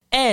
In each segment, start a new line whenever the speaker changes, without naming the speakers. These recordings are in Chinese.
嘿，哎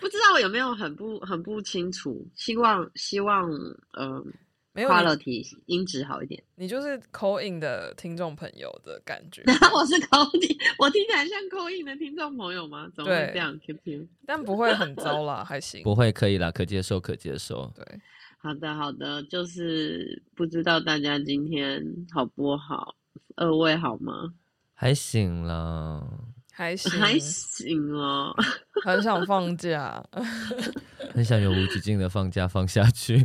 不知道有没有很不很不清楚，希望希望嗯、
没
呃、
有
，quality 音质好一点。
你，你就是 Coin 的听众朋友的感 觉，
然后我是 Cody，我听起来像 Coin 的听众朋友吗？怎么会
对
这样？Q Q。
但不会很糟 啦，还行。
不会，可以啦，可接受，可接受。
对，
好的，好的，就是不知道大家今天好不好，二位好吗？
还行啦，
还行，
还行哦。
很想放 假。
很想有无止境的放假放下去。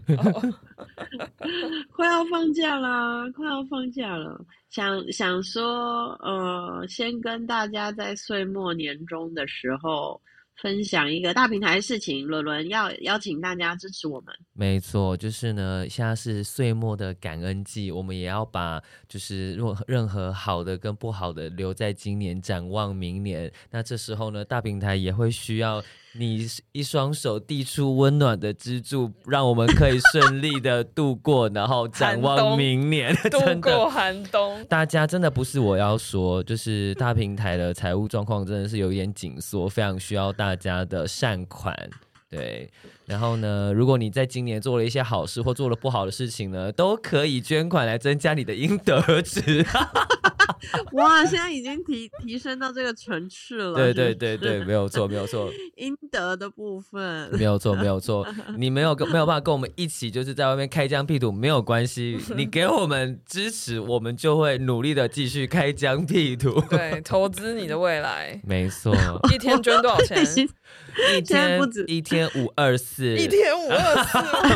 快要放假啦，快要放假了，想想说，呃，先跟大家在岁末年终的时候分享一个大平台的事情，伦伦要邀请大家支持我们，
没错，就是呢，现在是岁末的感恩季，我们也要把就是若任何好的跟不好的留在今年，展望明年。那这时候呢，大平台也会需要你一双手递出温暖的支柱，让我们可以顺利的度过，然后展
寒
望
冬
明年。
度
真的
过寒 冬，
大家真的不是我要说，就是大平台的财务状况真的是有一点紧缩，非常需要大家的善款。对，然后呢，如果你在今年做了一些好事或做了不好的事情呢，都可以捐款来增加你的应得值。
哇，现在已经提提升到这个层次了
对对对对，没有错，没有错。
应得的部分
没有错，没有错。你没有跟没有办法跟我们一起，就是在外面开疆辟土，没有关 系。你给我们支持，我们就会努力的继续开疆辟土。。
对，投资你的未来
没错，
一天捐多少 钱？
一
现在
天
不止
一天五二四，
一天五 二 四，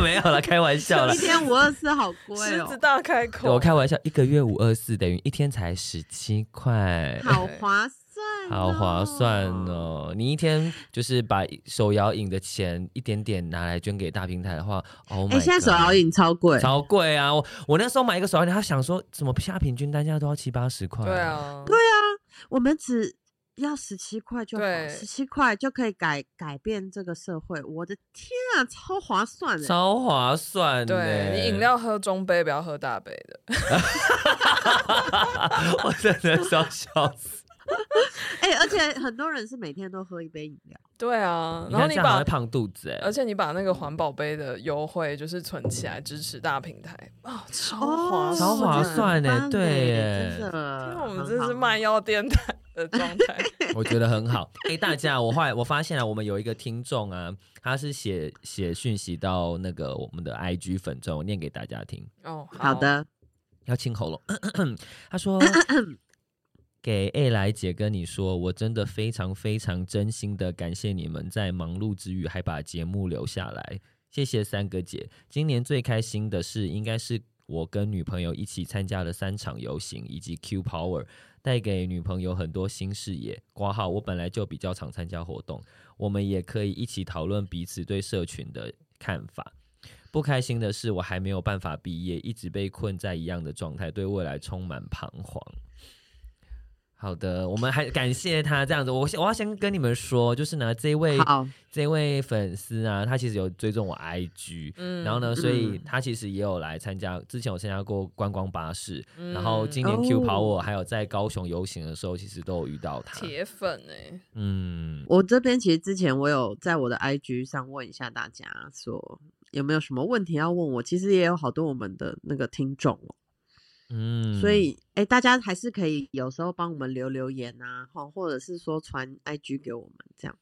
没有了，开玩笑 了。
天五二四好贵哦
狮子大开口。
我开玩笑，一个月五二四等于一天才十七块，
好
划算
哎好划算。哦！你一天就是把手摇饮的钱一点点拿来捐给大平台的话，哦、oh，
哎
哎
饮超贵
超贵啊！我我那时候买一个手摇饮，他想说怎么现在平均单价都要七八十块，
对，啊，
我们只要十七块就好，
对
十七块就可以改改变这个社会。我的天啊，超划算的！
超划算的。欸
对你饮料喝中杯，不要喝大杯的。
我真的是要笑死。
哎、而且很多人是每天都喝一杯饮料，
对啊，然后
看
你
这样还
把
会胖肚子哎、
而且你把那个环保杯的优惠就是存起来支持大平台啊、超划
哦
超划
真的
算呢
很棒
对
哎
耶
真的，
天啊，我们
很
这是
好
卖药电台的状态，
我觉得很好。哎、大家，我后来我发现了，啊我们有一个听众啊，他是写写讯息到那个我们的 IG 粉专，我念给大家听，
哦，
好，的，
要清喉咙。 他说。给 A 来姐跟你说，我真的非常非常真心的感谢你们在忙碌之余还把节目留下来，谢谢三个姐。今年最开心的事应该是我跟女朋友一起参加了三场游行以及 Q Power，带给女朋友很多新视野。挂号，我本来就比较常参加活动，我们也可以一起讨论彼此对社群的看法。不开心的是，我还没有办法毕业，一直被困在一样的状态，对未来充满彷徨。好的，我们还感谢他这样子。我先我要先跟你们说，就是呢，这位
好，
这位粉丝啊，他其实有追踪我 IG，、
嗯
然后呢，所以
嗯
他其实也有来参加，之前有参加过观光巴士，
嗯
然后今
哦
年 Q 跑我、还有在高雄游行的时候，其实都有遇到他。
铁粉哎、
嗯，
我这边其实之前我有在我的 IG 上问一下大家说。有没有什么问题要问我？其实也有好多我们的那个听众哦，
嗯，
所以哎、大家还是可以有时候帮我们留留言啊，吼，或者是说传 IG 给我们，这样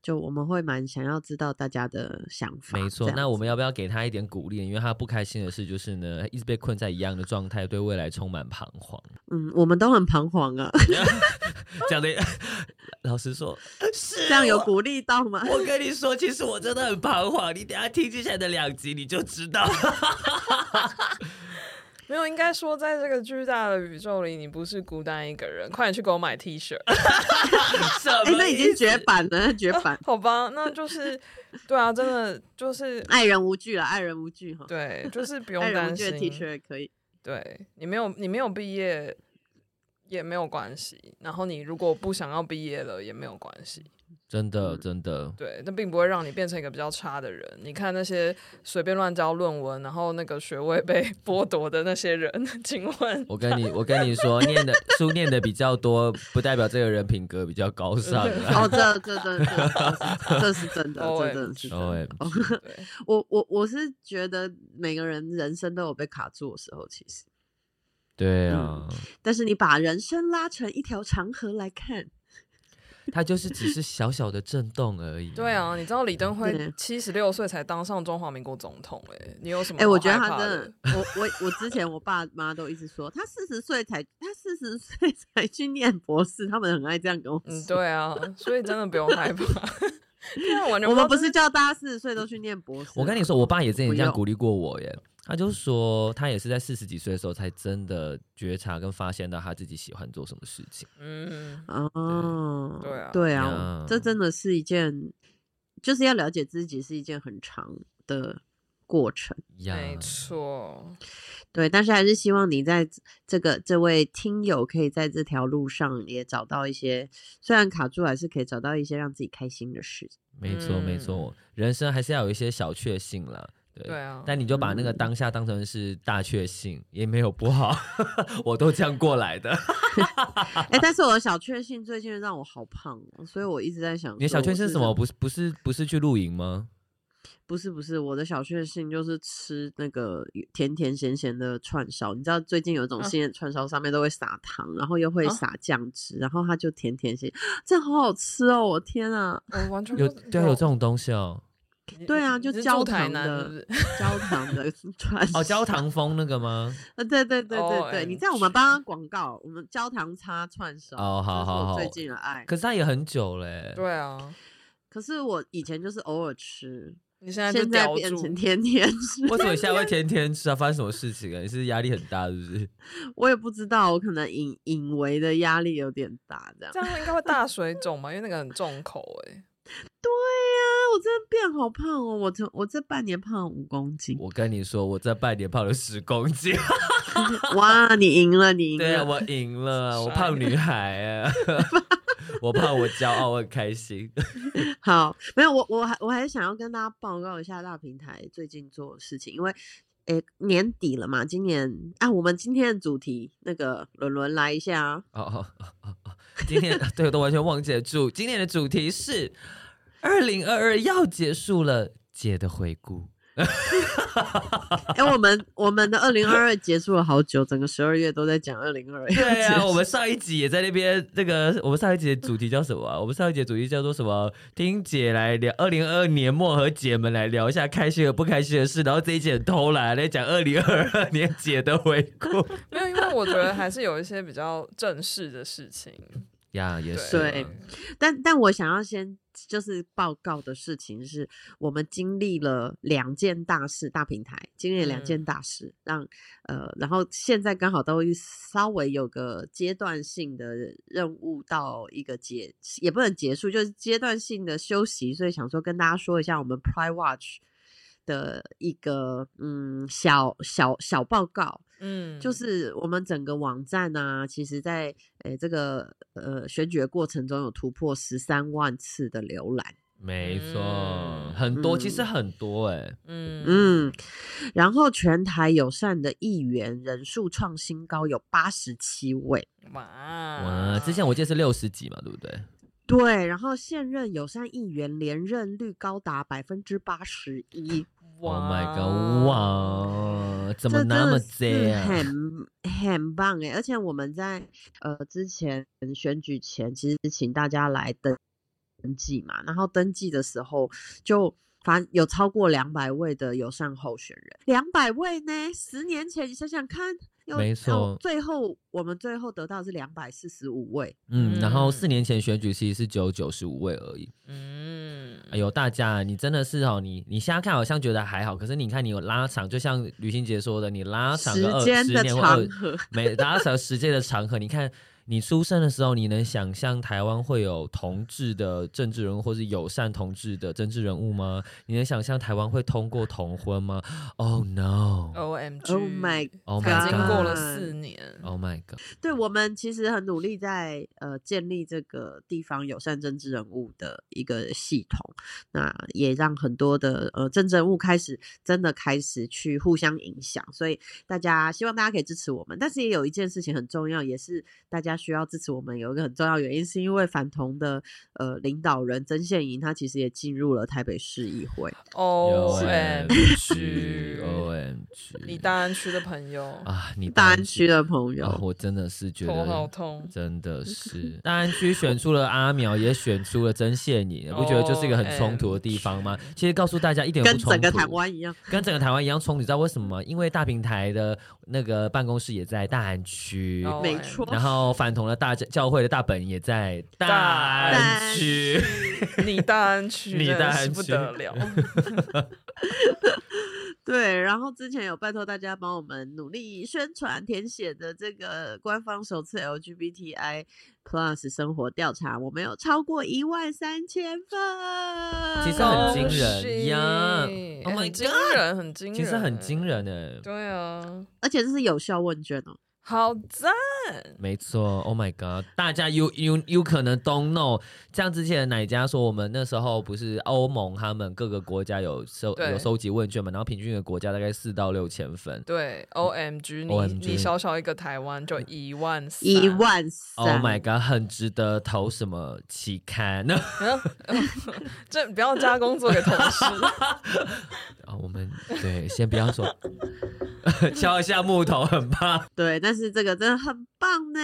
就我们会蛮想要知道大家的想法。
没
这
错。
样
那我们
子
要不要给他一点鼓励？因为他不开心的事就是呢，一直被困在一样的状态，对未来充满彷徨。
嗯，我们都很彷徨啊，
讲的， 老实 说，是
这样有
我
鼓励到吗？
我跟你说，其实我真的很彷徨。你等一下听接下来的两集，你就知道。
没有，应该说在这个巨大的宇宙里，你不是孤单一个人。快点去给我买 T 恤，，
什
哎、
么
那已
意
经
思
绝版了，那绝版
好吧？那就是，对啊，真的就是，
爱人无惧了，爱人无惧哈，
对， 就是不用
哎爱人无
担
惧
心
的。T 恤也可以。
对你没有，你没有毕业也没有关系。然后你如果不想要毕业了也没有关系。
真的
嗯
真的，
对，那并不会让你变成一个比较差的人。你看那些随便乱交论文，然后那个学位被 剥夺的那些人， 请问
我跟你我跟你说，念的书念的比较多，不代表这个人品格比较高尚啊。
哦，这这这这这是啊 真的，这哦真的是真
O
的。
M，
对，
我我我是觉得每个人人生都有被卡住的时候，其实，
对啊，
但是你把人生拉成一条长河来看，
他就是只是小小的震动而已。
对，啊，你知道李登辉
对
七十六岁才当上中华民国总统、欸，你有什么
哎、
好害怕？
我觉得他真的，我我我之前我爸妈都一直说，他四十岁才他四十岁才去念博士，他们很爱这样跟我说。
嗯，对啊，所以真的不用害怕。 天啊，完全
我们
不
不
知
是叫大家四十岁都去念博士啊。
我跟你说，我爸也之前
不
这样
用
鼓励过我耶。他就说，他也是在四十几岁的时候才真的觉察跟发现到他自己喜欢做什么事情。
道嗯，
哦，
对啊
对啊，这
呀
真的是一件，就是要了解自己是一件很长的过程。
呀，
没错，
对，但是还是希望你在这这个这位听友可以在这条路上也找到一些，虽然卡住，还是可以找到一些让自己开心的事。
没错没错，人生还是要有一些小确幸啦。对
对啊，
但你就把那个
嗯
当下当成是大确幸，也没有不好， 我都这样过来的。
哎、但是我的小确幸最近让我好胖哦，所以我一直在想说我
你的
是
小
怎，
确幸是什么？不是不是不是去露营吗？
不是不是，我的小确幸就是吃那个甜甜咸咸的串烧。你知道最近有一
嗯
种
啊
新的串烧，上面都会撒糖，然后又会
啊
撒酱汁，然后它就甜甜咸，这好好吃哦！我天啊，
我完全
有
不
对啊，有这种东西哦。
你
对啊
你
就是焦
住台
糖
南
的
是不是？
焦糖 的串
哦，焦
烧
糖哦哎风那个吗？
啊，对对对对对，你在我们
OMG
帮他广告，我们焦糖叉串烧，
哦好
这是
好好
我最近的爱。
可是它也很久嘞。
对啊，
可是我以前就是偶尔吃，
你现在就
现在
叼
变
住
成天天吃，
为什么现在会天天吃啊？发生什么事情啊？你是压力很大是不是？
我也不知道，我可能隐隐微的压力有点大，这样。
这样应该会大水肿吧？因为那个很重口哎、
对呀、我真的变好胖哦！我这我这半年胖了五公 斤，
我跟你说，我这半年胖了十公斤，
哇，你赢了，你 赢
对 啊，
了！
我赢了，我
帅
胖女孩 啊，我胖，我骄傲，我很开心。
好，没有我我还我还想要跟大家报告一下大平台最近做的事情，因为诶年底了嘛，今年啊，我们今天的主题那个伦伦来一下啊，
哦哦哦哦哦！今天 对我都完全忘记了主，今天的主题是二零二二要结束了，姐的回顾。
哎、我们我们的二零二二结束了好久，整个十二月都在讲二零二 二。
对啊，我们上一集也在那边，那个我们上一集的主题叫什么 啊、我们上一集的主题叫做什么？听姐来聊二零二二年末和姐们来聊一下开心和不开心的事，然后这一集很偷懒来讲二零二二年姐的回顾。
没有，因为我觉得还是有一些比较正式的事情。
呀，也是
对
啊
但但我想要先就是报告的事情是，我们经历了两件大事，大平台经历了两件大事，让呃，然后现在刚好都稍微有个阶段性的任务到一个结，也不能结束，就是阶段性的休息，所以想说跟大家说一下我们 Pri Watch 的一个嗯小小小报告。
嗯，
就是我们整个网站啊，其实在诶这个呃选举的过程中有突破十三万次的浏览，
没错，
嗯
很多，
嗯
其实很多哎、
嗯
嗯，然后全台友善的议员人数创新高，有八十七位。
嗯
哇
哇，之前我记得是六十几嘛，对不对？
对，然后现任友善议员连任率高达百分之八十一，
Oh my god！，哇，
哦
怎么
这
那
真
么
的是嗯
这样？
很很棒哎！而且我们在呃之前选举前，其实请大家来登登记嘛，然后登记的时候就。反正有超过两百位的友善候选人，两百位呢？十年前你想想看，
没
又然后
错
最后我们最后得到是两百四十五位，
嗯，然后
嗯
四年前选举其实是只有九十五位而已。
嗯，
哎呦，大家，你真的是哦，你你现在看好像觉得还好，可是你看你有拉长，就像吕欣杰说的，你拉长
时
个二
间
十
的
年或
长
二
河
每拉长时间的长河，你看你出生的时候，你能想象台湾会有同志的政治人物，或是友善同志的政治人物吗？你能想象台湾会通过同婚吗？Oh no！Oh
O M G
Oh my，
my 哦
已经过了
god！Oh
四年，
Oh my god！
对我们其实很努力在呃建立这个地方友善政治人物的一个系统，那也让很多的呃政治人物开始真的开始去互相影响，所以大家希望大家可以支持我们。但是也有一件事情很重要，也是大家需要支持我们有一个很重要原因，是因为反同的呃领导人曾宪营他其实也进入了台北市议会，
O M G，
OMG！OMG！
你大安区的朋友，
啊，你
大安
单
区的朋友。
啊，我真的是觉
头好
得。
痛。
真的 是大安区选出了阿苗，也选出了曾宪你不觉得就是一个很冲突的地方吗？其实告诉大家一点也
跟
不冲突，
整个台湾一样，
跟整个台湾一样冲突，你知道为什么吗？因为大平台的那个办公室也在大安区。
哦
没
哎
错。
然后反同的大教教会的大本也在大安区，
你大安区，
你大安区
不得了，
对，然后之前有拜托大家帮我们努力宣传填写的这个官方首次 LGBTI Plus 生活调查，我们有超过一万三千份，
其实很惊
恭
人
喜
呀
哎
Oh my
很惊人，很惊 人，
其实很惊人欸呢、
对啊，
而且这是有效问卷哦。
好赞！
没错，Oh my God！大家 you you you 可能 don't know，像之前奶家说，我们那时候不是欧盟他们各个国家有收
对
有收集问卷嘛，然后平均一个国家大概四到六千分。
对，O M G，你
OMG
你小小一个台湾
嗯
就一万三
一，万
Oh
三
my god，很值得投什么期刊？ 那、
这不要加工作给同 事，
啊，我们对，先不要 说，敲一下木头很棒。
对，但是这个真的很棒呢，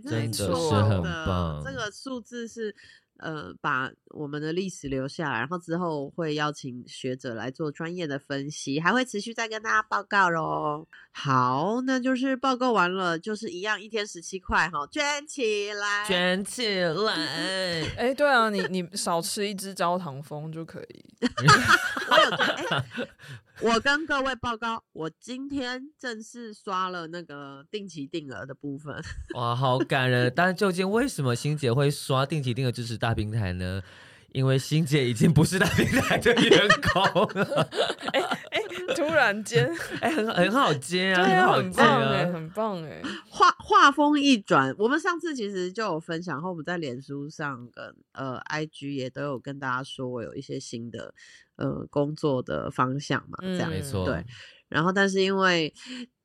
真
的
的
超
是
棒
很
的
棒
这个数字是呃，把我们的历史留下来，然后之后会邀请学者来做专业的分析，还会持续再跟大家报告喽。好，那就是报告完了，就是一样一天十七块哈，捐起来，
卷起来！
哎，对啊，你你少吃一只焦糖蜂就可以，
我有捐。哎我跟各位报告，我今天正式刷了那个定期定额的部分。
哇，好感人！但究竟为什么欣姐会刷定期定额支持大平台呢？因为欣姐已经不是大平台的员工了，
哎突然 间，
哎、很很好接
对
哎啊，
啊，
好
很
接
棒哎，
啊。
很棒哎，
话话锋一转，我们上次其实就有分享，然后我们在脸书上跟呃 IG 也都有跟大家说，我有一些新的呃工作的方向嘛，这
嗯
样、
没错，
对然后，但是因为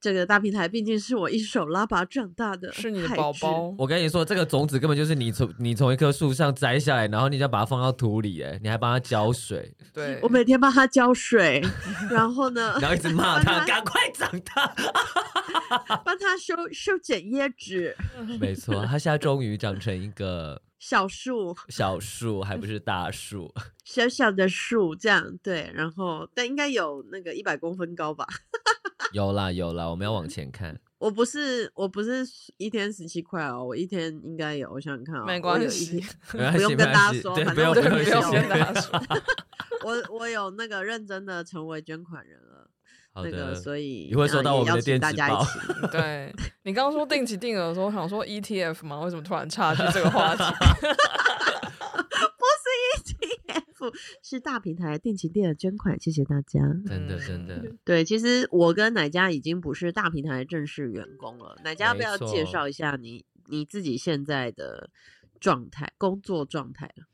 这个大平台毕竟是我一手拉拔长大的，
是你的宝。宝，
我跟你说，这个种子根本就是你从你从一棵树上摘下来，然后你再把它放到土里，哎，你还帮它浇水，
对，
我每天帮他浇水，然后呢，
然后一直骂它，
帮它
赶快长大。
帮他修修剪椰子、
没错，它现在终于长成一个
小树、
小树，还不是大树。
小小的树这样。对，然后但应该有那个一百公分高吧。
有啦有啦，我们要往前看。
我不是我不是一天十七块哦，我一天应该有，我想想看啊、哦，
没
我有
关
一
系
天，
没关系
不用跟
没关
大家
系
说
对，
反
不
正
用
我
不
对，
就
用
不
没
谢
用
有
跟
谢
大家说，
我我有 那个认真的成为捐款人了，
好
那个
的，
所以
你会收
呃
到
也
我们
邀
的
请
电
大
子
家一
报
起
对你刚刚说定期定额的时候，我想说 E ETF 嘛，为什么突然岔去这个话题？
F 是大平台定期定额捐款，谢谢大家。
真的
嗯
真的，
对，其实我跟奶家已经不是大平台的正式员工了，奶家要不
没
要介
错
绍一下你你自己现在的状态、工作状态了？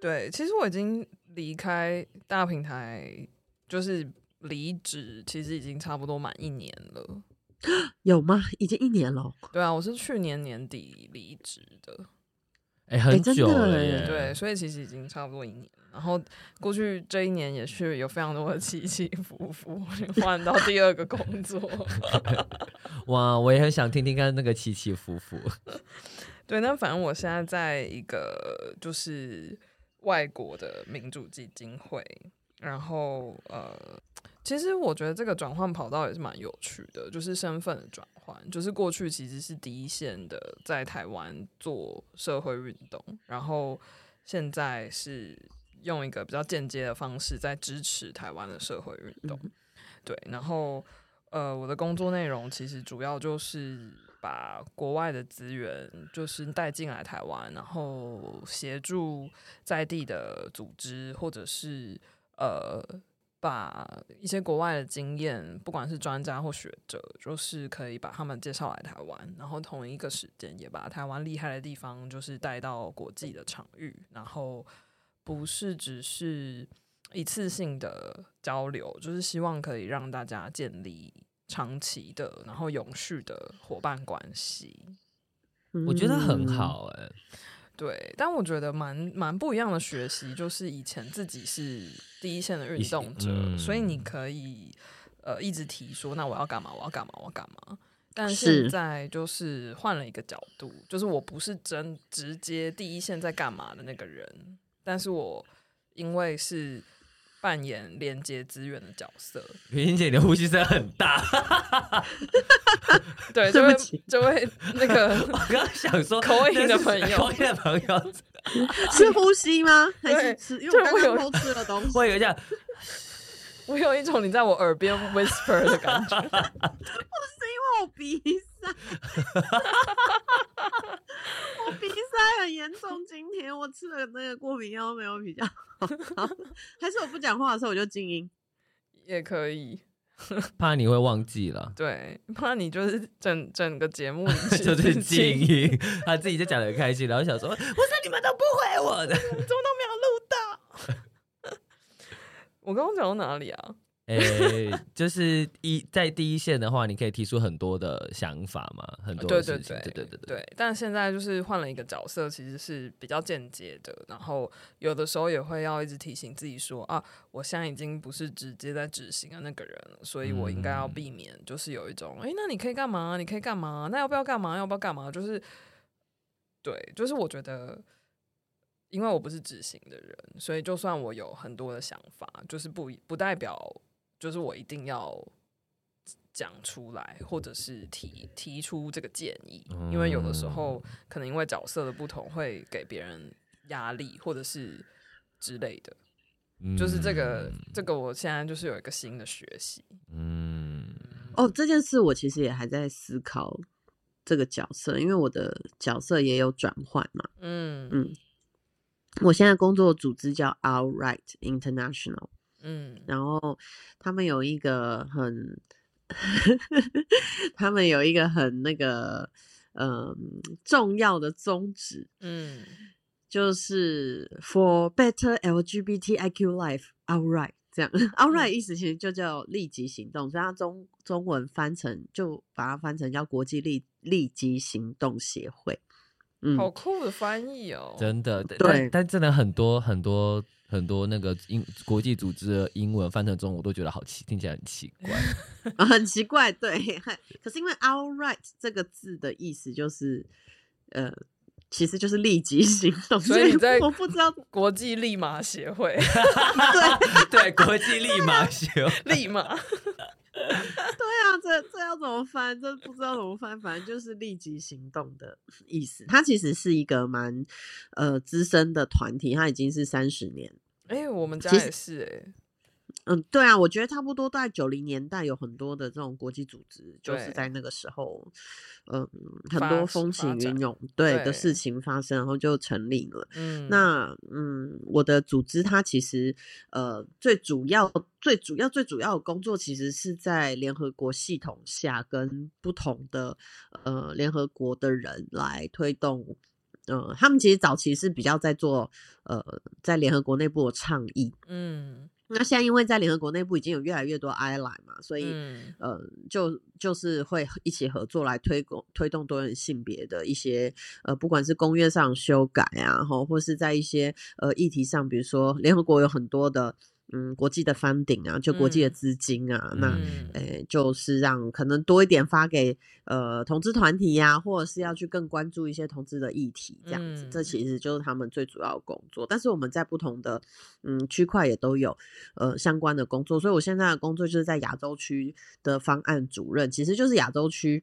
对，其实我已经离开大平台，就是离职，其实已经差不多满一年了。
有吗？已经一年了哦。
对啊，我是去年年底离职的，
哎，很
真
久
的
了
哎
耶，
对，所以其实已经差不多一年。然后过去这一年也是有非常多的起起伏伏，换到第二个工作。
哇，我也很想听听看那个起起伏伏。
对，但反正我现在在一个就是外国的民主基金会，然后呃，其实我觉得这个转换跑道也是蛮有趣的，就是身份的转换，就是过去其实是第一线的在台湾做社会运动，然后现在是用一个比较间接的方式在支持台湾的社会运动。对，然后呃，我的工作内容其实主要就是把国外的资源就是带进来台湾，然后协助在地的组织或者是呃。把一些国外的经验，不管是专家或学者，就是可以把他们介绍来台湾，然后同一个时间也把台湾厉害的地方，就是带到国际的场域，然后不是只是一次性的交流，就是希望可以让大家建立长期的，然后永续的伙伴关系。
我觉得很
嗯，
好哎、
对，但我觉得蛮蛮不一样的学习，就是以前自己是第一线的运
一些
动者，
嗯
所以你可以呃一直提说，那我要干嘛，我要干嘛，我要干嘛。但
是
现在就是换了一个角度，就是我不是真直接第一线在干嘛的那个人，但是我因为是扮演连接资源的角色，
袁心姐，你的呼吸声很大，
对，
对
就
不
会
起
就会那
我
个
刚刚想说
口音
那
的
是
朋友
口音的朋友，
是呼吸吗？还
对
是吃？因
就
为我
会有
刚刚偷吃了东西。
我有一下，
我有一种你在我耳边 whisper 的感觉。
我鼻塞，我鼻塞很严重。今天我吃了那个过敏药没有比较好， 还是我不讲话的时候我就静音。
也可以，
怕你会忘记了。
对，怕你就是整整个节 目
就
自
是
己
静音，他自己就讲的很开心，然后想说，我说你们都不回我 的，
怎么都没有录到。 我刚刚讲到哪里啊？
哎、就是一在第一线的话，你可以提出很多的想法嘛，很多
对
的
对
事情，
对
对对对
对，但现在就是换了一个角色，其实是比较间接的，然后有的时候也会要一直提醒自己说啊，我现在已经不是直接在执行的那个人了，所以我应该要
嗯
避免，就是有一种诶，那你可以干嘛？你可以干嘛？那要不要干嘛？要不要干嘛？就是对，就是我觉得。因为我不是执行的人，所以就算我有很多的想法，就是不不代表就是我一定要讲出来，或者是提提出这个建议，因为有的时候
嗯
可能因为角色的不同，会给别人压力，或者是之类的。
对
就是这个，这个我现在就是有一个新的学习，
嗯，
哦，这件事我其实也还在思考这个角色，因为我的角色也有转换嘛。
嗯
嗯我现在工作的组织叫 Outright International，
嗯
然后他们有一个很， 他们有一个很那个，嗯，重要的宗旨，
嗯，
就是 For Better LGBTIQ Life Outright 这样，Outright 意思其实就叫立即行动，所以它中中文翻成就把它翻成叫国际立立即行动协会。嗯，
好酷的翻译哦，
真的，但
对
但但真的很多很多很多那个英国际组织的英文翻成中文，我都觉得好奇，听起来很奇怪。
啊，很奇怪，对。 可是因为 outright 这个字的意思就是，呃，其实就是立即行动，
所以你在
我不知道，
国际立马协 会，
对，国际立马协会，
立马，
对啊，这这要怎么翻？这不知道怎么翻，反正就是立即行动的意思。它其实是一个蛮呃资深的团体，它已经是三十年。
哎、我们家
其实
也是哎、
嗯，对啊，我觉得差不多在九零年代有很多的这种国际组织，就是
对
在那个时候，嗯，很
发
多
展
风
发
起
展
云涌对的
对
事情发生，然后就成立了。
嗯，
那嗯，我的组织它其实呃最主要、最主要、最主要的工作，其实是在联合国系统下跟不同的呃联合国的人来推动。呃，他们其实早期是比较在做呃在联合国内部的倡议。
嗯
那现在因为在联合国内部已经有越来越多 ally 嘛，所以、
嗯
呃，就就是会一起合作来推广推动多元性别的一些呃，不管是公约上修改啊，吼，或是在一些呃议题上，比如说联合国有很多的嗯国际的 funding 啊，就国际的资金啊，那
嗯
诶、就是让可能多一点发给呃同志团体呀、或者是要去更关注一些同志的议题这样子。这
嗯
其实就是他们最主要的工作。但是我们在不同的嗯区块也都有呃相关的工作，所以我现在的工作就是在亚洲区的方案主任，其实就是亚洲区。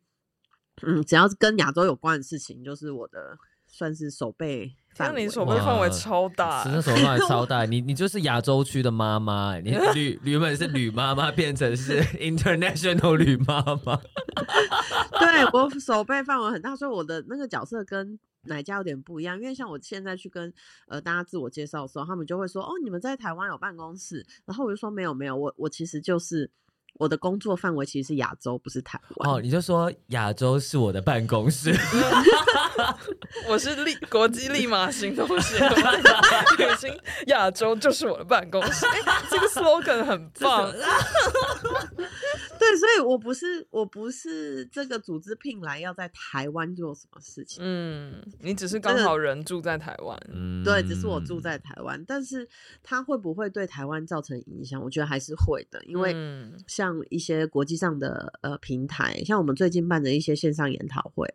嗯，只要是跟亚洲有关的事情，就是我的算是手背范
像
围。
你手背范
哇
围超大
其，实手乱超大，你你就是亚洲区的妈妈 欸，你吕原本是吕妈妈，变成是 international 吕妈妈。
对我手背范围很大，所以我的那个角色跟奶家有点不一样。因为像我现在去跟呃大家自我介绍的时候，他们就会说：“哦，你们在台湾有办公室。”然后我就说：“没有，没有，我我其实就是我的工作范围其实是亚洲，不是台湾。
哦，你就说亚洲是我的办公室，
嗯
我是立国际立马行动协 会，已经亚洲就是我的办公室。哎，这个 slogan 很棒，
对，所以我不是我不是这个组织聘来要在台湾做什么事情。
嗯，你只是刚
这个
好人住在台湾，
嗯
对，只是我住在台湾，但是它会不会对台湾造成影响？我觉得还是会的，因为
嗯
像一些国际上的呃平台，像我们最近办的一些线上研讨会，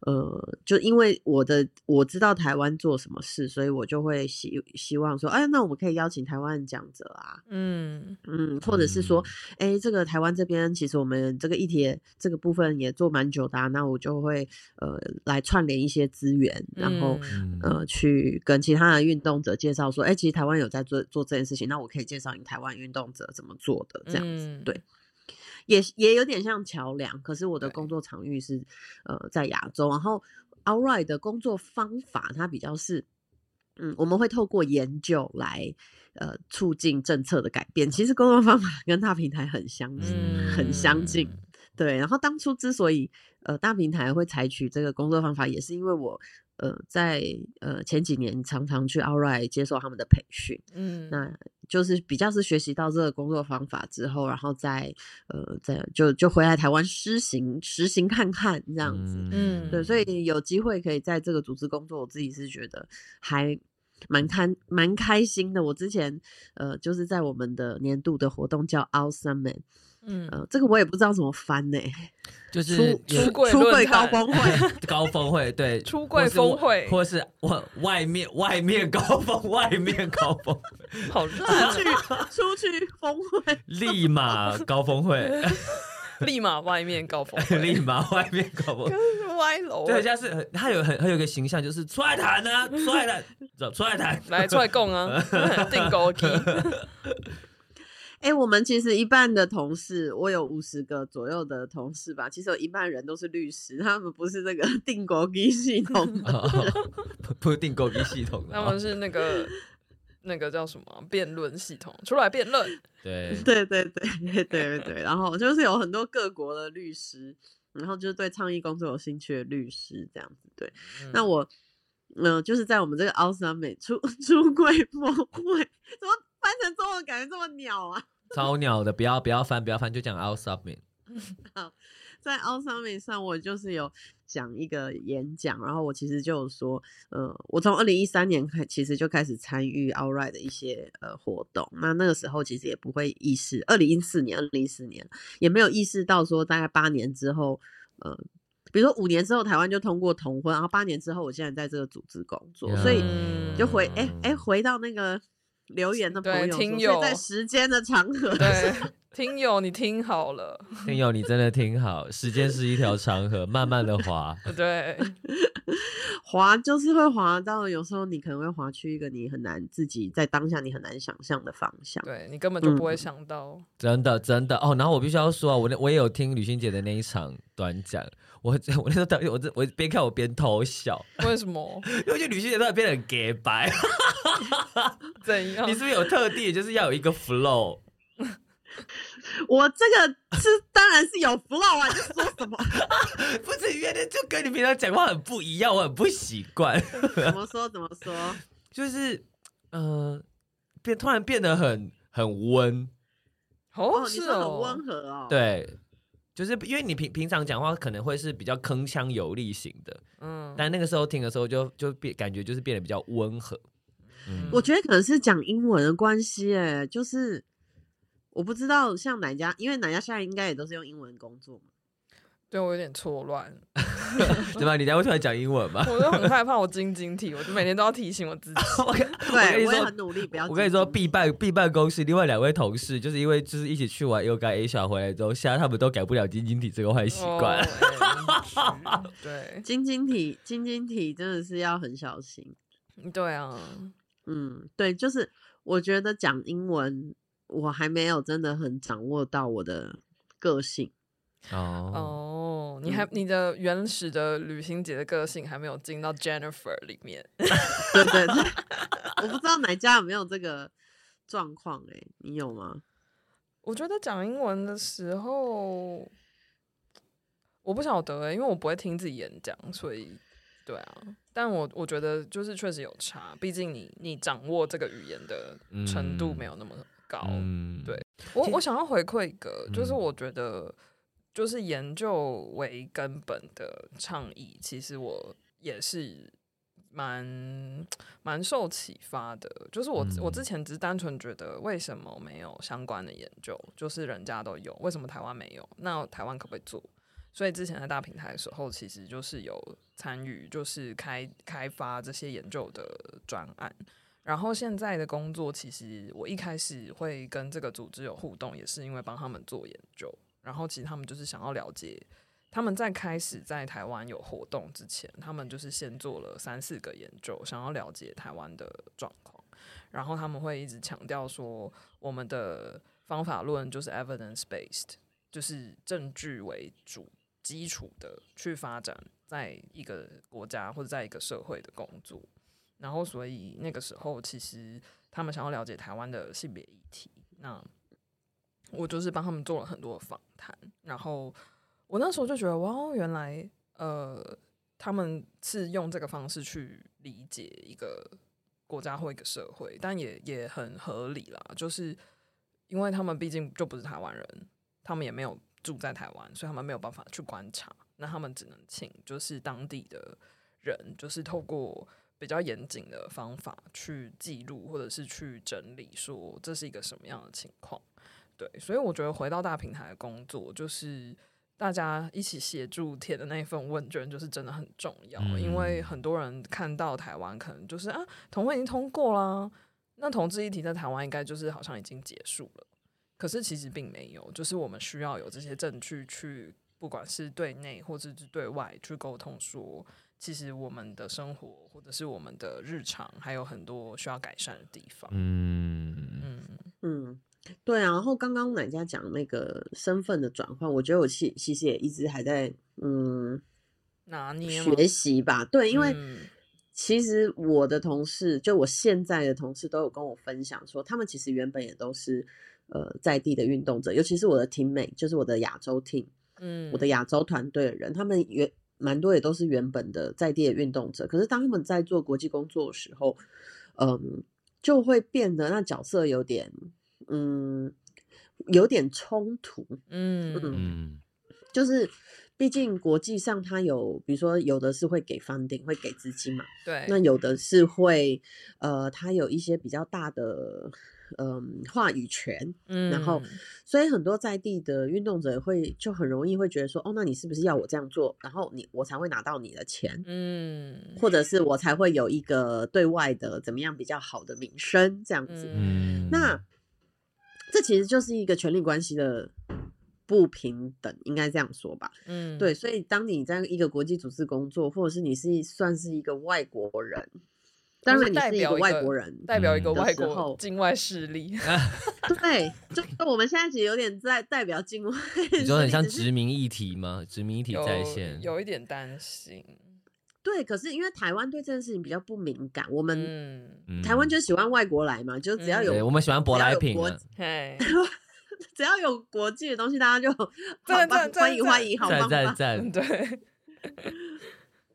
呃，就因为我的我知道台湾做什么事，所以我就会希希望说，哎，那我们可以邀请台湾的讲者啊，
嗯
嗯，或者是说，哎、这个台湾这边其实我们这个议题也这个部分也做蛮久的、啊，那我就会呃来串联一些资源，然后。
嗯
嗯，
呃，去跟其他的运动者介绍说，哎、其实台湾有在做做这件事情，那我可以介绍你台湾运动者怎么做的这样子。
嗯
对也也有点像桥梁，可是我的
对
工作场域是呃在亚洲，然后 Outright 的工作方法它比较是，嗯，我们会透过研究来呃促进政策的改变。其实工作方法跟大平台很相似，
嗯
很相近。对，然后当初之所以呃大平台会采取这个工作方法，也是因为我呃在呃前几年常常去 Outright 接受他们的培训，
嗯
那就是比较是学习到这个工作方法之后，然后再呃再就就回来台湾施行实行看看这
这
样子。
嗯
对，所以有机会可以在这个组织工作，我自己是觉得还蛮开蛮开心的。我之前呃就是在我们的年度的活动叫 Awesome Man，
嗯
呃这个我也不知道怎么翻呢、
就是
出
有
出
出柜
出
论
柜高
坛
峰 会。
高峰会， 对，
出柜峰会
或是我或是外外面外面高峰，外面高 峰，
好 烂啊，
出去峰会，
立马高峰 会，
立马外面高峰会，
立马外面高峰会。
歪楼
对，
欸，
像是很他有很很有一个形象，就是出来谈啊，出来谈，走出来谈，
来 出来供啊，定高 key，
哎、我们其实一半的同事，我有五十个左右的同事吧，其实有一半人都是律师，他们不是这个 定国机系统的。
哦不不定狗逼系统
他
的
们
哦，
是那个那个叫什么啊辩论系统，出来辩论，
对，
对对对对对对，然后就是有很多各国的律师，然后就是对倡议工作有兴趣的律师这样子。对，那
嗯
我，嗯、就是在我们这个 Awesome 美出出柜 峰会，怎么翻成中文感觉这么鸟啊？
超鸟的，不要不要翻，不要翻，就讲 out submit。
在 o 上面上，我就是有讲一个演讲，然后我其实就有说，呃，我从二零一三年开，其实就开始参与 Outright 的一些呃活动。那那个时候其实也不会意识，二零一四年、二零一四年也没有意识到说，大概八年之后，呃，比如说五年之后台湾就通过同婚，然后八年之后我现在在这个组织工作，所以
嗯
就回哎哎、回到那个留言的朋
对
友说，
听
所以在
友
时间的 长河
对，听友你听好了，
听友你真的听好，时间是一条长河，慢慢的滑。
对，
滑就是会滑到，有时候你可能会滑去一个你很难自己在当下你很难想象的方向。
对你根本就不会
嗯
想到，
真的，真的哦。然后我必须要说啊，我那我也有听吕欣姐的那一场短讲，我 我那时候当时我这我边看我边偷笑，
为什么？
因为我觉得吕欣姐突然变得很 gay 白，
怎样
你？是不是有特地就是要有一个 flow？
我这个是当然是有 flow 啊，你在说 什么？
不是，原来就跟你平常讲话很不一样，我很不习惯，
怎么说怎么
哦
说？
就是呃，变突然变得很很温，
哦，
你
是
说很
哦
温，和哦。，
对。就是因为你平平常讲话可能会是比较铿锵有力型的，
嗯，
但那个时候听的时候就就变感觉就是变得比较温和，嗯
我觉得可能是讲英文的关系，哎，就是我不知道像哪家，因为哪家现在应该也都是用英文工作嘛。
对我有点错乱，
怎么？你等下会突然讲英文吗？
我就很害怕我晶晶体，我就每天都要提醒我自己。
我跟
对，
我
我
跟你
也
说
很。努力，不要。
我跟你说，必办必办公室另外两位同事，就是因为就是一起去玩 Yoga Asia 回来之后，现在他们都改不了晶晶体这个坏习惯。
OMG 哦哎嗯对
晶晶体，晶晶体真的是要很小心。
对啊，
嗯，对，就是我觉得讲英文，我还没有真的很掌握到我的个性。
哦，
哦，你还你的原始的旅行姐的个性还没有进到 Jennifer 里面，
对对对，我不知道哪家有没有这个状况哎，你有吗？
我觉得讲英文的时候，我不晓得欸、因为我不会听自己演讲，所以对啊。但我我觉得就是确实有差，毕竟你你掌握这个语言的程度没有那么
哦
高。
嗯
对我
其
我想要回馈一个，就是
嗯
我觉得就是研究为根本的倡议，其实我也是蛮蛮受启发的。就是我、我之
嗯
前只是单纯觉得，为什么没有相关的研究？就是人家都有，为什么台湾没有？那台湾可不可以做？所以之前在大平台的时候，其实就是有参与，就是开开发这些研究的专案。然后现在的工作，其实我一开始会跟这个组织有互动，也是因为帮他们做研究。然后其实他们就是想要了解，他们在开始在台湾有活动之前，他们就是先做了三四个研究，想要了解台湾的状况。然后他们会一直强调说，我们的方法论就是 evidence based，就是证据为主基础的去发展在一个国家或者在一个社会的工作。然后所以那个时候其实他们想要了解台湾的性别议题，那我就是帮他们做了很多的访谈，然后我那时候就觉得哇，原来呃他们是用这个方式去理解一个国家或一个社会，但也也很合理啦，就是因为他们毕竟就不是台湾人，他们也没有住在台湾，所以他们没有办法去观察，那他们只能请就是当地的人，就是透过比较严谨的方法去记录或者是去整理，说这是一个什么样的情况。对，所以我觉得回到大平台的工作，就是大家一起协助填的那一份问卷，就是真的很重要，因为
嗯
很多人看到台湾可能就是啊，同婚已经通过啦，那同志议题在台湾应该就是好像已经结束了。可是其实并没有，就是我们需要有这些证据去，不管是对内或者是对外去沟通说，其实我们的生活或者是我们的日常还有很多需要改善的地方。
嗯，
嗯
嗯，对啊。然后刚刚奶家讲那个身份的转换，我觉得我其其实也一直还在嗯
拿捏吗
学习吧。对，因为
嗯
其实我的同事，就我现在的同事，都有跟我分享说，他们其实原本也都是呃在地的运动者，尤其是我的 teammate，就是我的亚洲 team，
嗯
我的亚洲团队的人，他们原蛮多也都是原本的在地的运动者，可是当他们在做国际工作的时候，嗯，就会变得那角色有点，嗯，有点冲突，
嗯
嗯
就是毕竟国际上它有，比如说有的是会给 funding，会给资金嘛，
对
那有的是会，呃，它有一些比较大的，嗯，话语权，然后
嗯
所以很多在地的运动者会就很容易会觉得说，哦，那你是不是要我这样做，然后你我才会拿到你的钱，
嗯
或者是我才会有一个对外的怎么样比较好的名声这样子。
嗯，
那这其实就是一个权力关系的不平等，应该这样说吧。
嗯
对，所以当你在一个国际组织工作，或者是你是算是一个外国人，当
是
然你
代
是一
表
个
一
外
个
国人，
代表一个
嗯
外
的时
国
候
境外势力，
对，就 我们现在其实有点在代表境外，
你说很像
只是
殖民议题吗？殖民议题
有
在线，
有一点担心。
对，可是因为台湾对这件事情比较不敏感，我们、
嗯，
嗯
台湾就喜欢外国来嘛，就只要
嗯
有、
对我们喜欢舶
只要
来
有
品
国
啊，
嘿，
只要有国际的东西，大家就 好
赞
棒
赞
欢迎
赞
欢迎，好
赞
棒
赞赞，
棒。
对，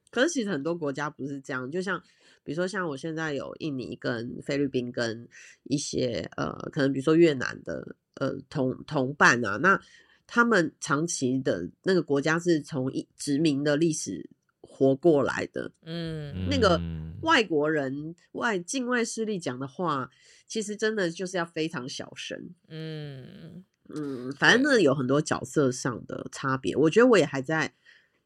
可是其实很多国家不是这样，就像比如说像我现在有印尼跟菲律宾跟一些呃，可能比如说越南的呃同同伴啊，那他们长期的那个国家是从一殖民的历史活过来的。
嗯，
那个
嗯
外国人、外境外势力讲的话，其实真的就是要非常小声。
嗯，
嗯，反正
对
那有很多角色上的差别，我觉得我也还在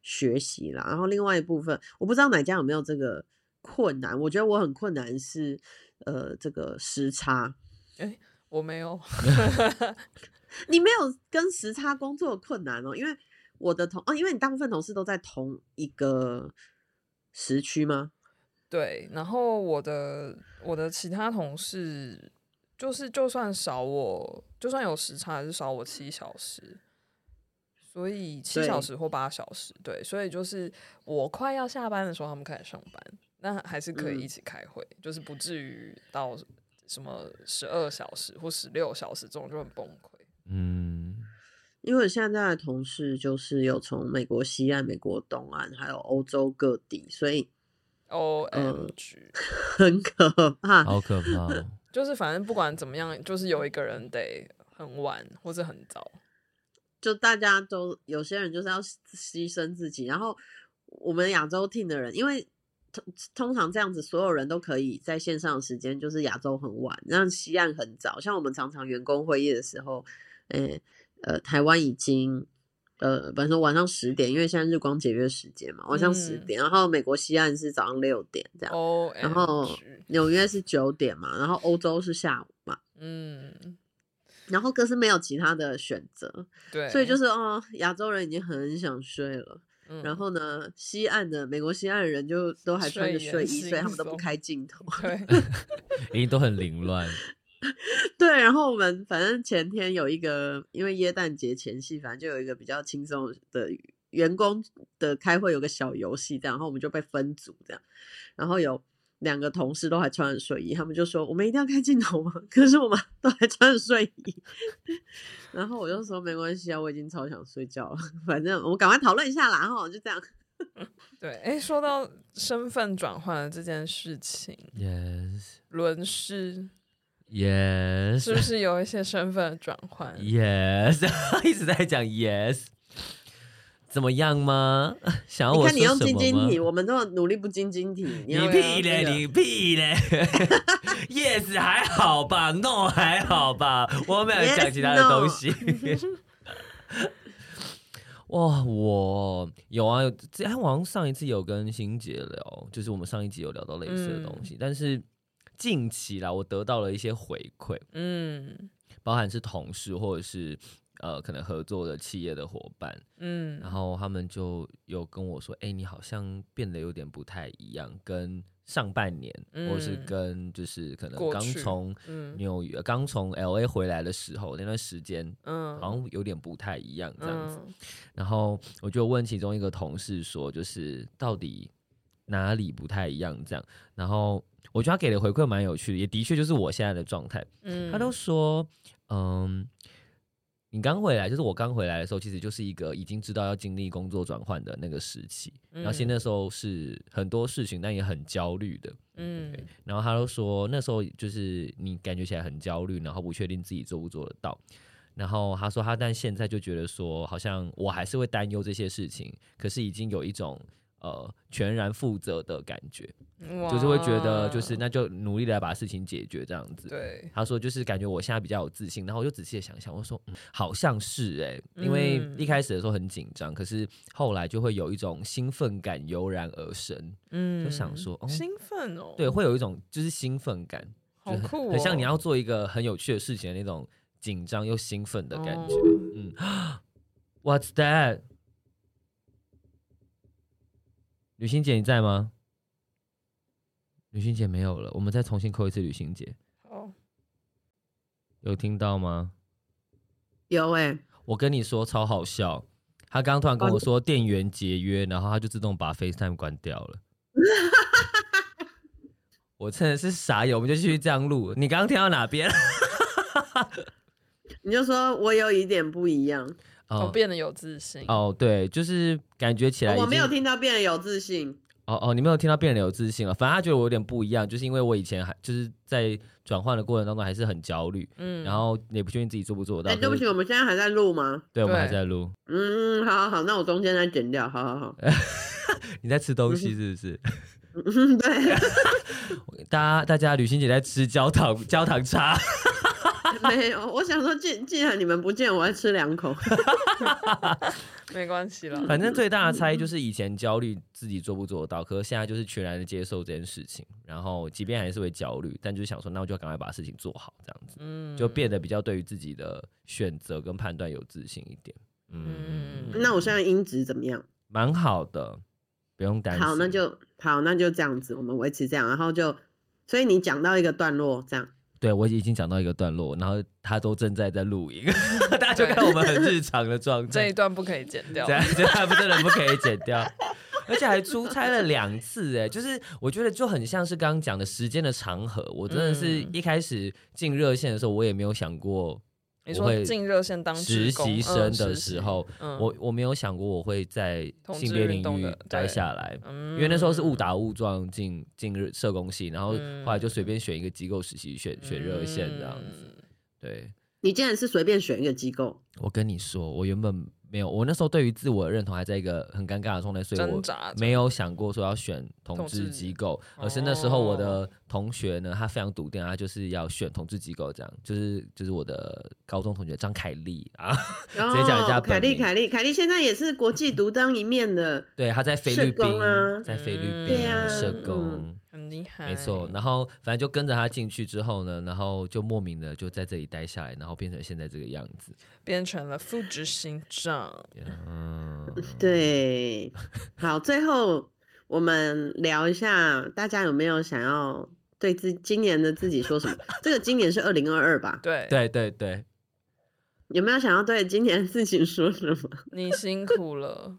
学习啦。然后另外一部分，我不知道哪家有没有这个困难，我觉得我很困难是呃这个时差。
我没有，
你没有跟时差工作的困难哦，因为我的同啊，因为你大部分同事都在同一个时区吗？
对，然后我的我的其他同事，就是就算少我，就算有时差，也是少我七小时，所以七小
对
时或八小时，对，所以就是我快要下班的时候，他们开始上班，那还是可以一
嗯
起开会，就是不至于到什么十二小时或十六小时这种就很崩溃。
嗯，
因为我现在的同事就是有从美国西岸、美国东岸，还有欧洲各地，所以嗯
O M G，、
很可怕。
好可怕哦、
就是反正不管怎么样，就是有一个人得很晚或者很早。
就大家都有些人就是要牺牺牲自己，然后我们亚洲 team 的人，因为通通常这样子，所有人都可以在线上的时间就是亚洲很晚，让西岸很早。像我们常常员工会议的时候，呃呃，台湾已经呃，本来说晚上十点，因为现在日光节约时间嘛，晚上十
嗯哦
点，然后美国西岸是早上六点这样，
O
然后
M G，
纽约是九点嘛，然后欧洲是下午嘛，
嗯，
然后可是没有其他的选择，
对，
所以就是哦，亚洲人已经很想睡了。
嗯，
然后呢，西岸的美国西岸人就都还穿着
睡眼
睡衣，所以他
惺
们都不
忪
开镜头。
对，
一定都很凌乱。
对，然后我们反正前天有一个，因为耶诞节前夕，反正就有一个比较轻松的员工的开会，有个小游戏这样，然后我们就被分组这样，然后有。两个同事都还穿着睡衣，他们就说我们一定要开镜头吗？ 可是我们都还穿着睡衣， 然后我就说没关系啊，我已经超想睡觉了，反正我们赶快讨论一下啦，哈，就这样。
对，哎，说到身份转换的这件事情，
Yes,
伦师是
yes,
不是有一些身份的转换？
yes，一直 在讲 yes，怎么样吗？想要
你
啊我
看你
说
用
什
晶
么
晶
吗？
体，我们都努力不晶晶体，
你
你要
屁
那
嘞！
个
你屁嘞 ！Yes 还好吧，No 还好吧，我没有讲其他的东西。 哇，我有啊，有之前好像上一次有跟欣姐聊，就是我们上一集有聊到类似的东西，
嗯
但是近期啦，我得到了一些回馈，
嗯
包含是同事或者是呃可能合作的企业的伙伴，
嗯，
然后他们就有跟我说：“哎、你好像变得有点不太一样，跟上半年，或是
嗯
跟就是可能
过
刚
去
从
嗯
纽约、刚从 L A 回来的时候那段时间，
嗯，
好像有点不太一样这样子。
嗯
然后我就问其中一个同事说，就是到底哪里不太一样这样。然后我觉得他给的回馈蛮有趣的，也的确就是我现在的状态。
嗯，
他都说，嗯，你刚回来，就是我刚回来的时候，其实就是一个已经知道要经历工作转换的那个时期。然后其实那时候是很多事情，但也很焦虑的。
嗯
对然后他都说，那时候就是你感觉起来很焦虑，然后不确定自己做不做得到。然后他说他，但现在就觉得说，好像我还是会担忧这些事情，可是已经有一种呃全然负责的感觉，就是会觉得就是
嗯哇
那就努力的把事情解决这样子。
对，
他说就是感觉我现在比较有自信，然后我就仔细的想一想，我说、嗯好像是哎、因为
嗯
一开始的时候很紧张，可是后来就会有一种兴奋感油然而生，
嗯，
就想说哦
兴奋哦，
对，，会有一种就是兴奋感，
好
就是
酷哦，
很像你要做一个很有趣的事情的那种紧张又兴奋的感觉。
哦
嗯，What's that？旅行姐你在吗？旅行姐没有了，我们再重新扣一次旅行姐，
好
有听到吗？
有哎、
我跟你说超好笑，他刚刚突然跟我说电源节约，然后他就自动把 FaceTime 关掉 了。我真的是傻眼，我们就继续这样录。你刚刚听到哪边？
你就说我有一点不一样，
我
哦
变得有自信，
哦，对，就是感觉起来啊已
哦我没有
经
听到变得有自信。
哦哦，你没有听到变得有自信了。反正他觉得我有点不一样，就是因为我以前还就是在转换的过程当中还是很焦虑，
嗯，
然后也不确定自己做不做得
哎、
到。
对不
可是
起，我们现在还在录吗？
对我们还
对
在录。
嗯，好好好，那我中间再剪掉，好好好。
你在吃东西是不是？
嗯 对，
大家大家，旅行姐在吃焦糖焦糖茶。
没有，我想说，既既然你们不见，我还吃两 口。
没关系 啦。
反正最大的差异就是以前焦虑自己做不做得到，可是现在就是全然的接受这件事情，然后即便还是会焦虑，但就是想说，那我就赶快把事情做好，这样子
嗯，
就变得比较对于自己的选择跟判断有自信一点。嗯，
嗯
那我现在音质怎么样？
蛮好的，不用担心。
好，那就好，那就这样子，我们维持这样，然后就，所以你讲到一个段落，这样，
对我已经讲到一个段落，然后他都正在在录音， 大家就看我们很日常的 状
这一
态。
段不可以剪掉
这。样这样不真的不可以剪掉，而且还出差了两次哎，就是我觉得就很像是刚刚讲的时间的长河。我真的是
嗯
一开始进热线的时候，我也没有想过
你
我
说
会
进热线当
实
职工
习
嗯
生的时
实习
候，
嗯
我我没有想过我会在
同
性
志
别
运
领
动
域
的
待
对
下来。
嗯嗯
因为那时候是误打误撞进进入社工系，然后后来就随便选一个机构实习，选选热线这样子。
嗯
对，
你竟然是随便选一个机构，
我跟你说，我原本没有，我那时候对于自我的认同还在一个很尴尬的状态，所以我
挣扎着
没有想过说要选同
啊同
志
志
机构，而是那时候我的
哦
同学呢，他非常笃定，啊他就是要选同志机构，这样就是就是我的高中同学张凯丽啊，
然
接讲人家
后哦凯
本
莉，
名
凯莉，凯莉现在也是国际独当一面的，
对，他在菲
社
律宾
工啊，
在菲律
嗯
宾
对啊
社
嗯
工。
很厉害，
没错，然后反正就跟着他进去之后呢，然后就莫名的就在这里待下来，然后变成现在这个样子。
变成了副执行长。
嗯，
对，好，最后我们聊一下，大家有没有想要对自今年的自己说什么？这个今年是二零二二吧？
对，
对对对，
有没有想要对今年的自己说什么？
你辛苦了。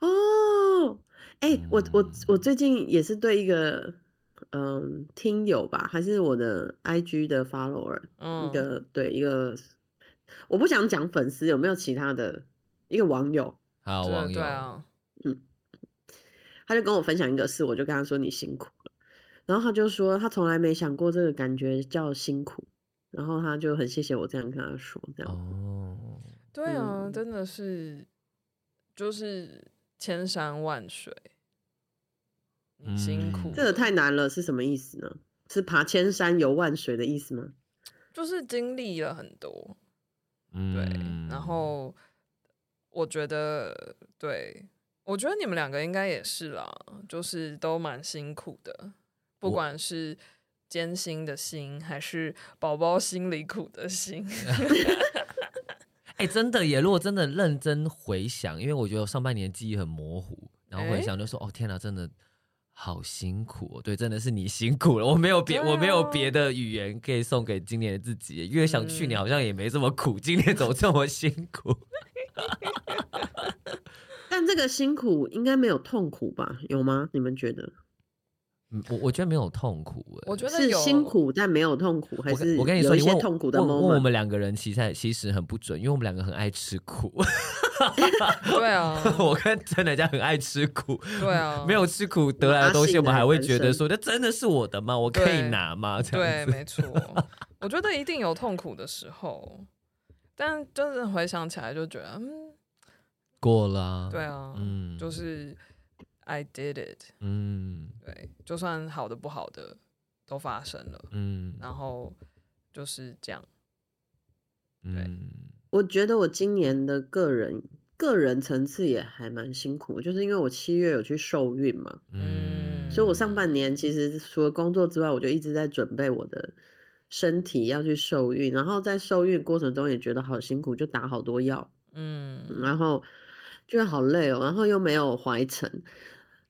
哦，哎、我我我最近也是对一个嗯听友吧，还是我的 IG 的 follower，
嗯
一，个对一个，我不想讲粉丝，有没有其他的一个网友，
好
对
网
对
友，
啊，
他就跟我分享一个事，我就跟他说你辛苦了，然后他就说他从来没想过这个感觉叫辛苦，然后他就很谢谢我这样跟他说，这样，
哦，
对啊，
嗯
真的是就是千山万水，你辛
嗯
苦了。
这个太难了，是什么意思呢？是爬千山游万水的意思吗？
就是经历了很多，对，
嗯
然后我觉得，对我觉得你们两个应该也是啦，就是都蛮辛苦的，不
我
管是艰辛的心，还是宝宝心里苦 的心，
哎、真的耶！如果真的认真回想，因为我觉得我上半年记忆很模糊，然后回
哎
想就说，哦天哪，真的好辛苦、哦。对，真的是你辛苦了，我没有别，
对啊
我没有别的语言可以送给今年的自己耶，因为想去年
嗯
好像也没这么苦，今年怎么这么辛苦？
但这个辛苦应该没有痛苦吧？有吗？你们觉得
嗯我我觉得没有痛苦耶，
我觉得
是
有
辛苦但没有痛苦，还
我跟
是
我跟你
有
说，
一
你
些
问
痛苦的
问问我
moment？
们两个人其实其实很不准，因为我们两个很爱吃苦。
对 啊，
哦
我跟真的家很爱吃苦，
对啊，
没有吃苦得来的东西，
阿信的
我们还会
人
觉得
生
说，这真的是我的吗？我可以
对
拿吗？这
嗯对，
样子。
没错，我觉得一定有痛苦的时候，但就是回想起来就觉得，嗯，
过了。
对啊，
嗯
就是 I did it。
嗯
对，就算好的不好的都发生了，
嗯
然后就是这样。
嗯，
我觉得我今年的个人个人层次也还蛮辛苦，就是因为我七月有去受孕嘛，
嗯，
所以我上半年其实除了工作之外，我就一直在准备我的身体要去受孕，然后在受孕过程中也觉得好辛苦，就打好多药，
嗯，
然后觉得好累哦，然后又没有怀成，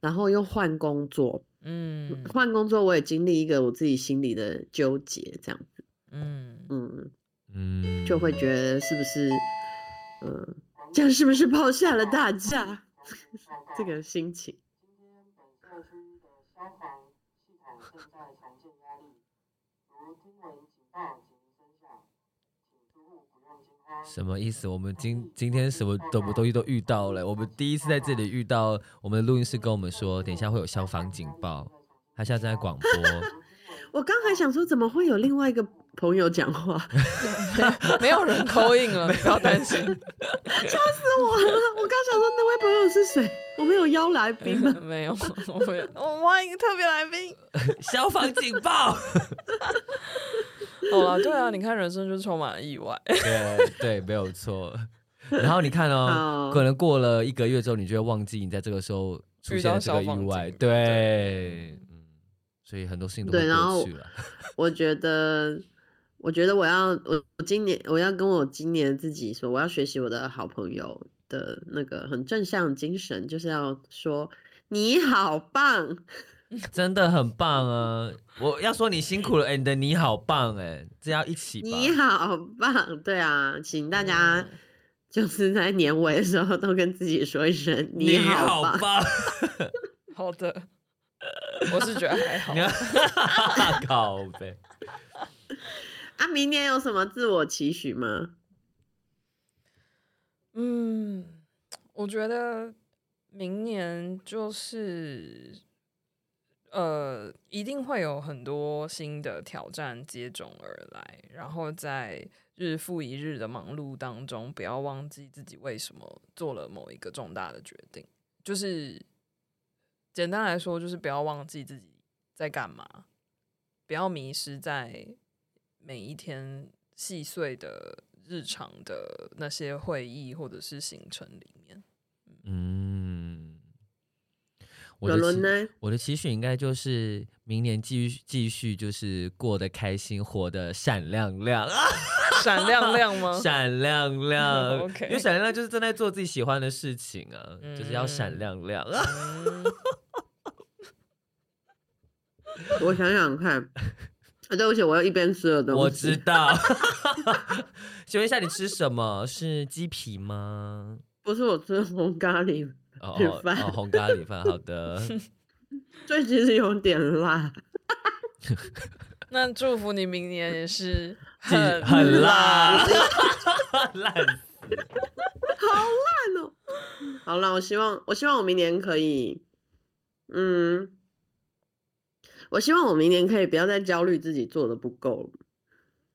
然后又换工作，
嗯
换工作我也经历一个我自己心里的纠结，这样，
嗯，
嗯，
嗯
就会觉得是不是，嗯，这样是不是抛下了大家？ 这个心情，
什么意思？我们今今天什么什么东西都遇到了。我们第一次在这里遇到，我们的录音师跟我们说，等一下会有 消防警报，他现在正在广播。
我刚还想说，怎么会有另外一个朋友讲话，
没有人扣印 了，不要担心，
我我刚想说那位朋友是谁？我们有邀来宾吗？
没有，我没有， 我们欢迎特别来宾。
消防警报。
好了，对啊，你看人生就是充满了意外，
对对，没有错。然后你看哦，
好
可能过了一个月之后，你就会忘记你在这个时候出
遇
现
到
了这个
消防
意外。
警
对，嗯，所以很多事情都
对
会
然
过
后
去了。
我觉得，我觉得我要我我今年我要跟我今年自己说，我要学习我的好朋友的那个很正向的精神，就是要说你好棒，
真的很棒啊！我要说你辛苦了，哎、你的你好棒哎、这要一起吧。
你好棒，对啊，请大家
嗯
就是在年尾的时候都跟自己说一声
你好
好棒，
棒！
好的，我是觉得还好
你。看， 靠呗。
啊，明年有什么自我期许吗？
嗯，我觉得明年就是呃，一定会有很多新的挑战接踵而来，然后在日复一日的忙碌当中，不要忘记自己为什么做了某一个重大的决定。就是简单来说，就是不要忘记自己在干嘛，不要迷失在每一天细碎的日常的那些会议或者是行程里 面。
嗯，我
伦
的期
伦呢？
我的期许应该就是明年继续继续就是过得开心，活得闪亮亮 啊！
闪亮亮 吗？
闪亮亮
OK
因为闪亮亮就是正在做自己喜欢的事情啊，就是要闪
嗯
亮 亮啊！
嗯
我想想看，啊，对不起，我又一边吃了东西。
我知道。 请问一下，你吃什么？是鸡皮吗？
不是我吃红咖喱，
哦
是
哦
饭
哦，红咖喱饭，好 的，
所以其实有点辣。
那祝福你明年也是
继续
很
很辣， 烂
嗯好啦，我希望，我希望我明年可以，嗯，我希望我明年可以不要再焦虑自己做的不够。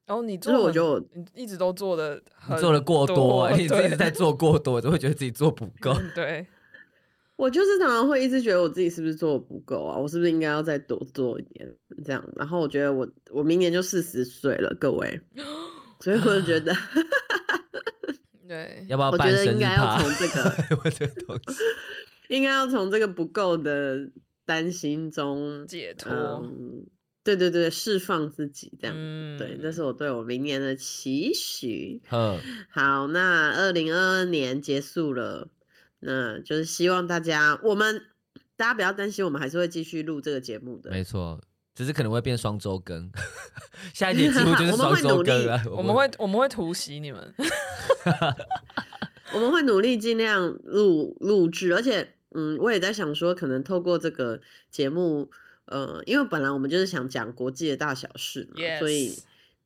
然后哦你
就
做
是
很，
我觉得我
你一直都做的
你做的过 多， 你自己在
在
做过多，都会觉得自己做不够。
嗯对，
我就是常常会一直觉得我自己是不是做的不够啊？我是不是应该要再多做一点这样？然后我觉得我我明年就四十岁了，各位，所以我就觉得，
对，
要不要
我觉
办
得
生
应
日
该要
趴？
从这 个
我这个东西，
应该要从这个不够的担心中
解脱，
嗯，对对对，释放自己这样。
哦嗯
对，这是我对我明年的期许。
嗯，
好，那二零二二年结束了，那就是希望大家，我们大家不要担心，我们还是会继续录这个节目的。
没错，只是可能会变双周更， 下一集几乎就是
我们
双
会
周
努力
更啊了。
我们会我们会突袭你们，
我们会努力尽量录录制，而且，嗯，我也在想说，可能透过这个节目，呃，因为本来我们就是想讲国际的大小事嘛 所以
Yes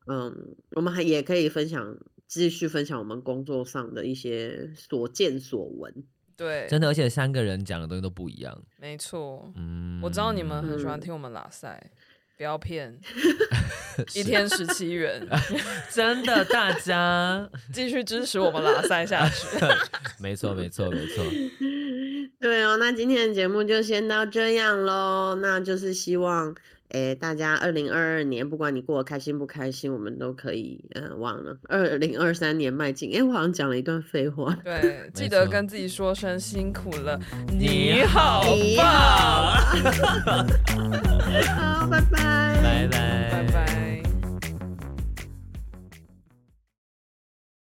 嗯，我们还也可以分享，继续分享我们工作上的一些所见所闻。
对，
真的，而且三个人讲的东西都不一样。
没错，
嗯，
我知道你们很喜欢
嗯
听我们拉塞，不 要骗，一天十七元，
真的，大家
继续支持我们拉塞下去。
没错，没错，没错。
对哦，那今天的节目就先到这样喽。那就是希望，诶，大家二零二二年，不管你过得开心不开心，我们都可以，嗯，忘了二零二三年迈进。诶，我好像讲了一段废话。
对，记
没
得
错
跟自己说声辛苦了，
你
你好棒，
好，拜拜。
拜拜，
拜拜。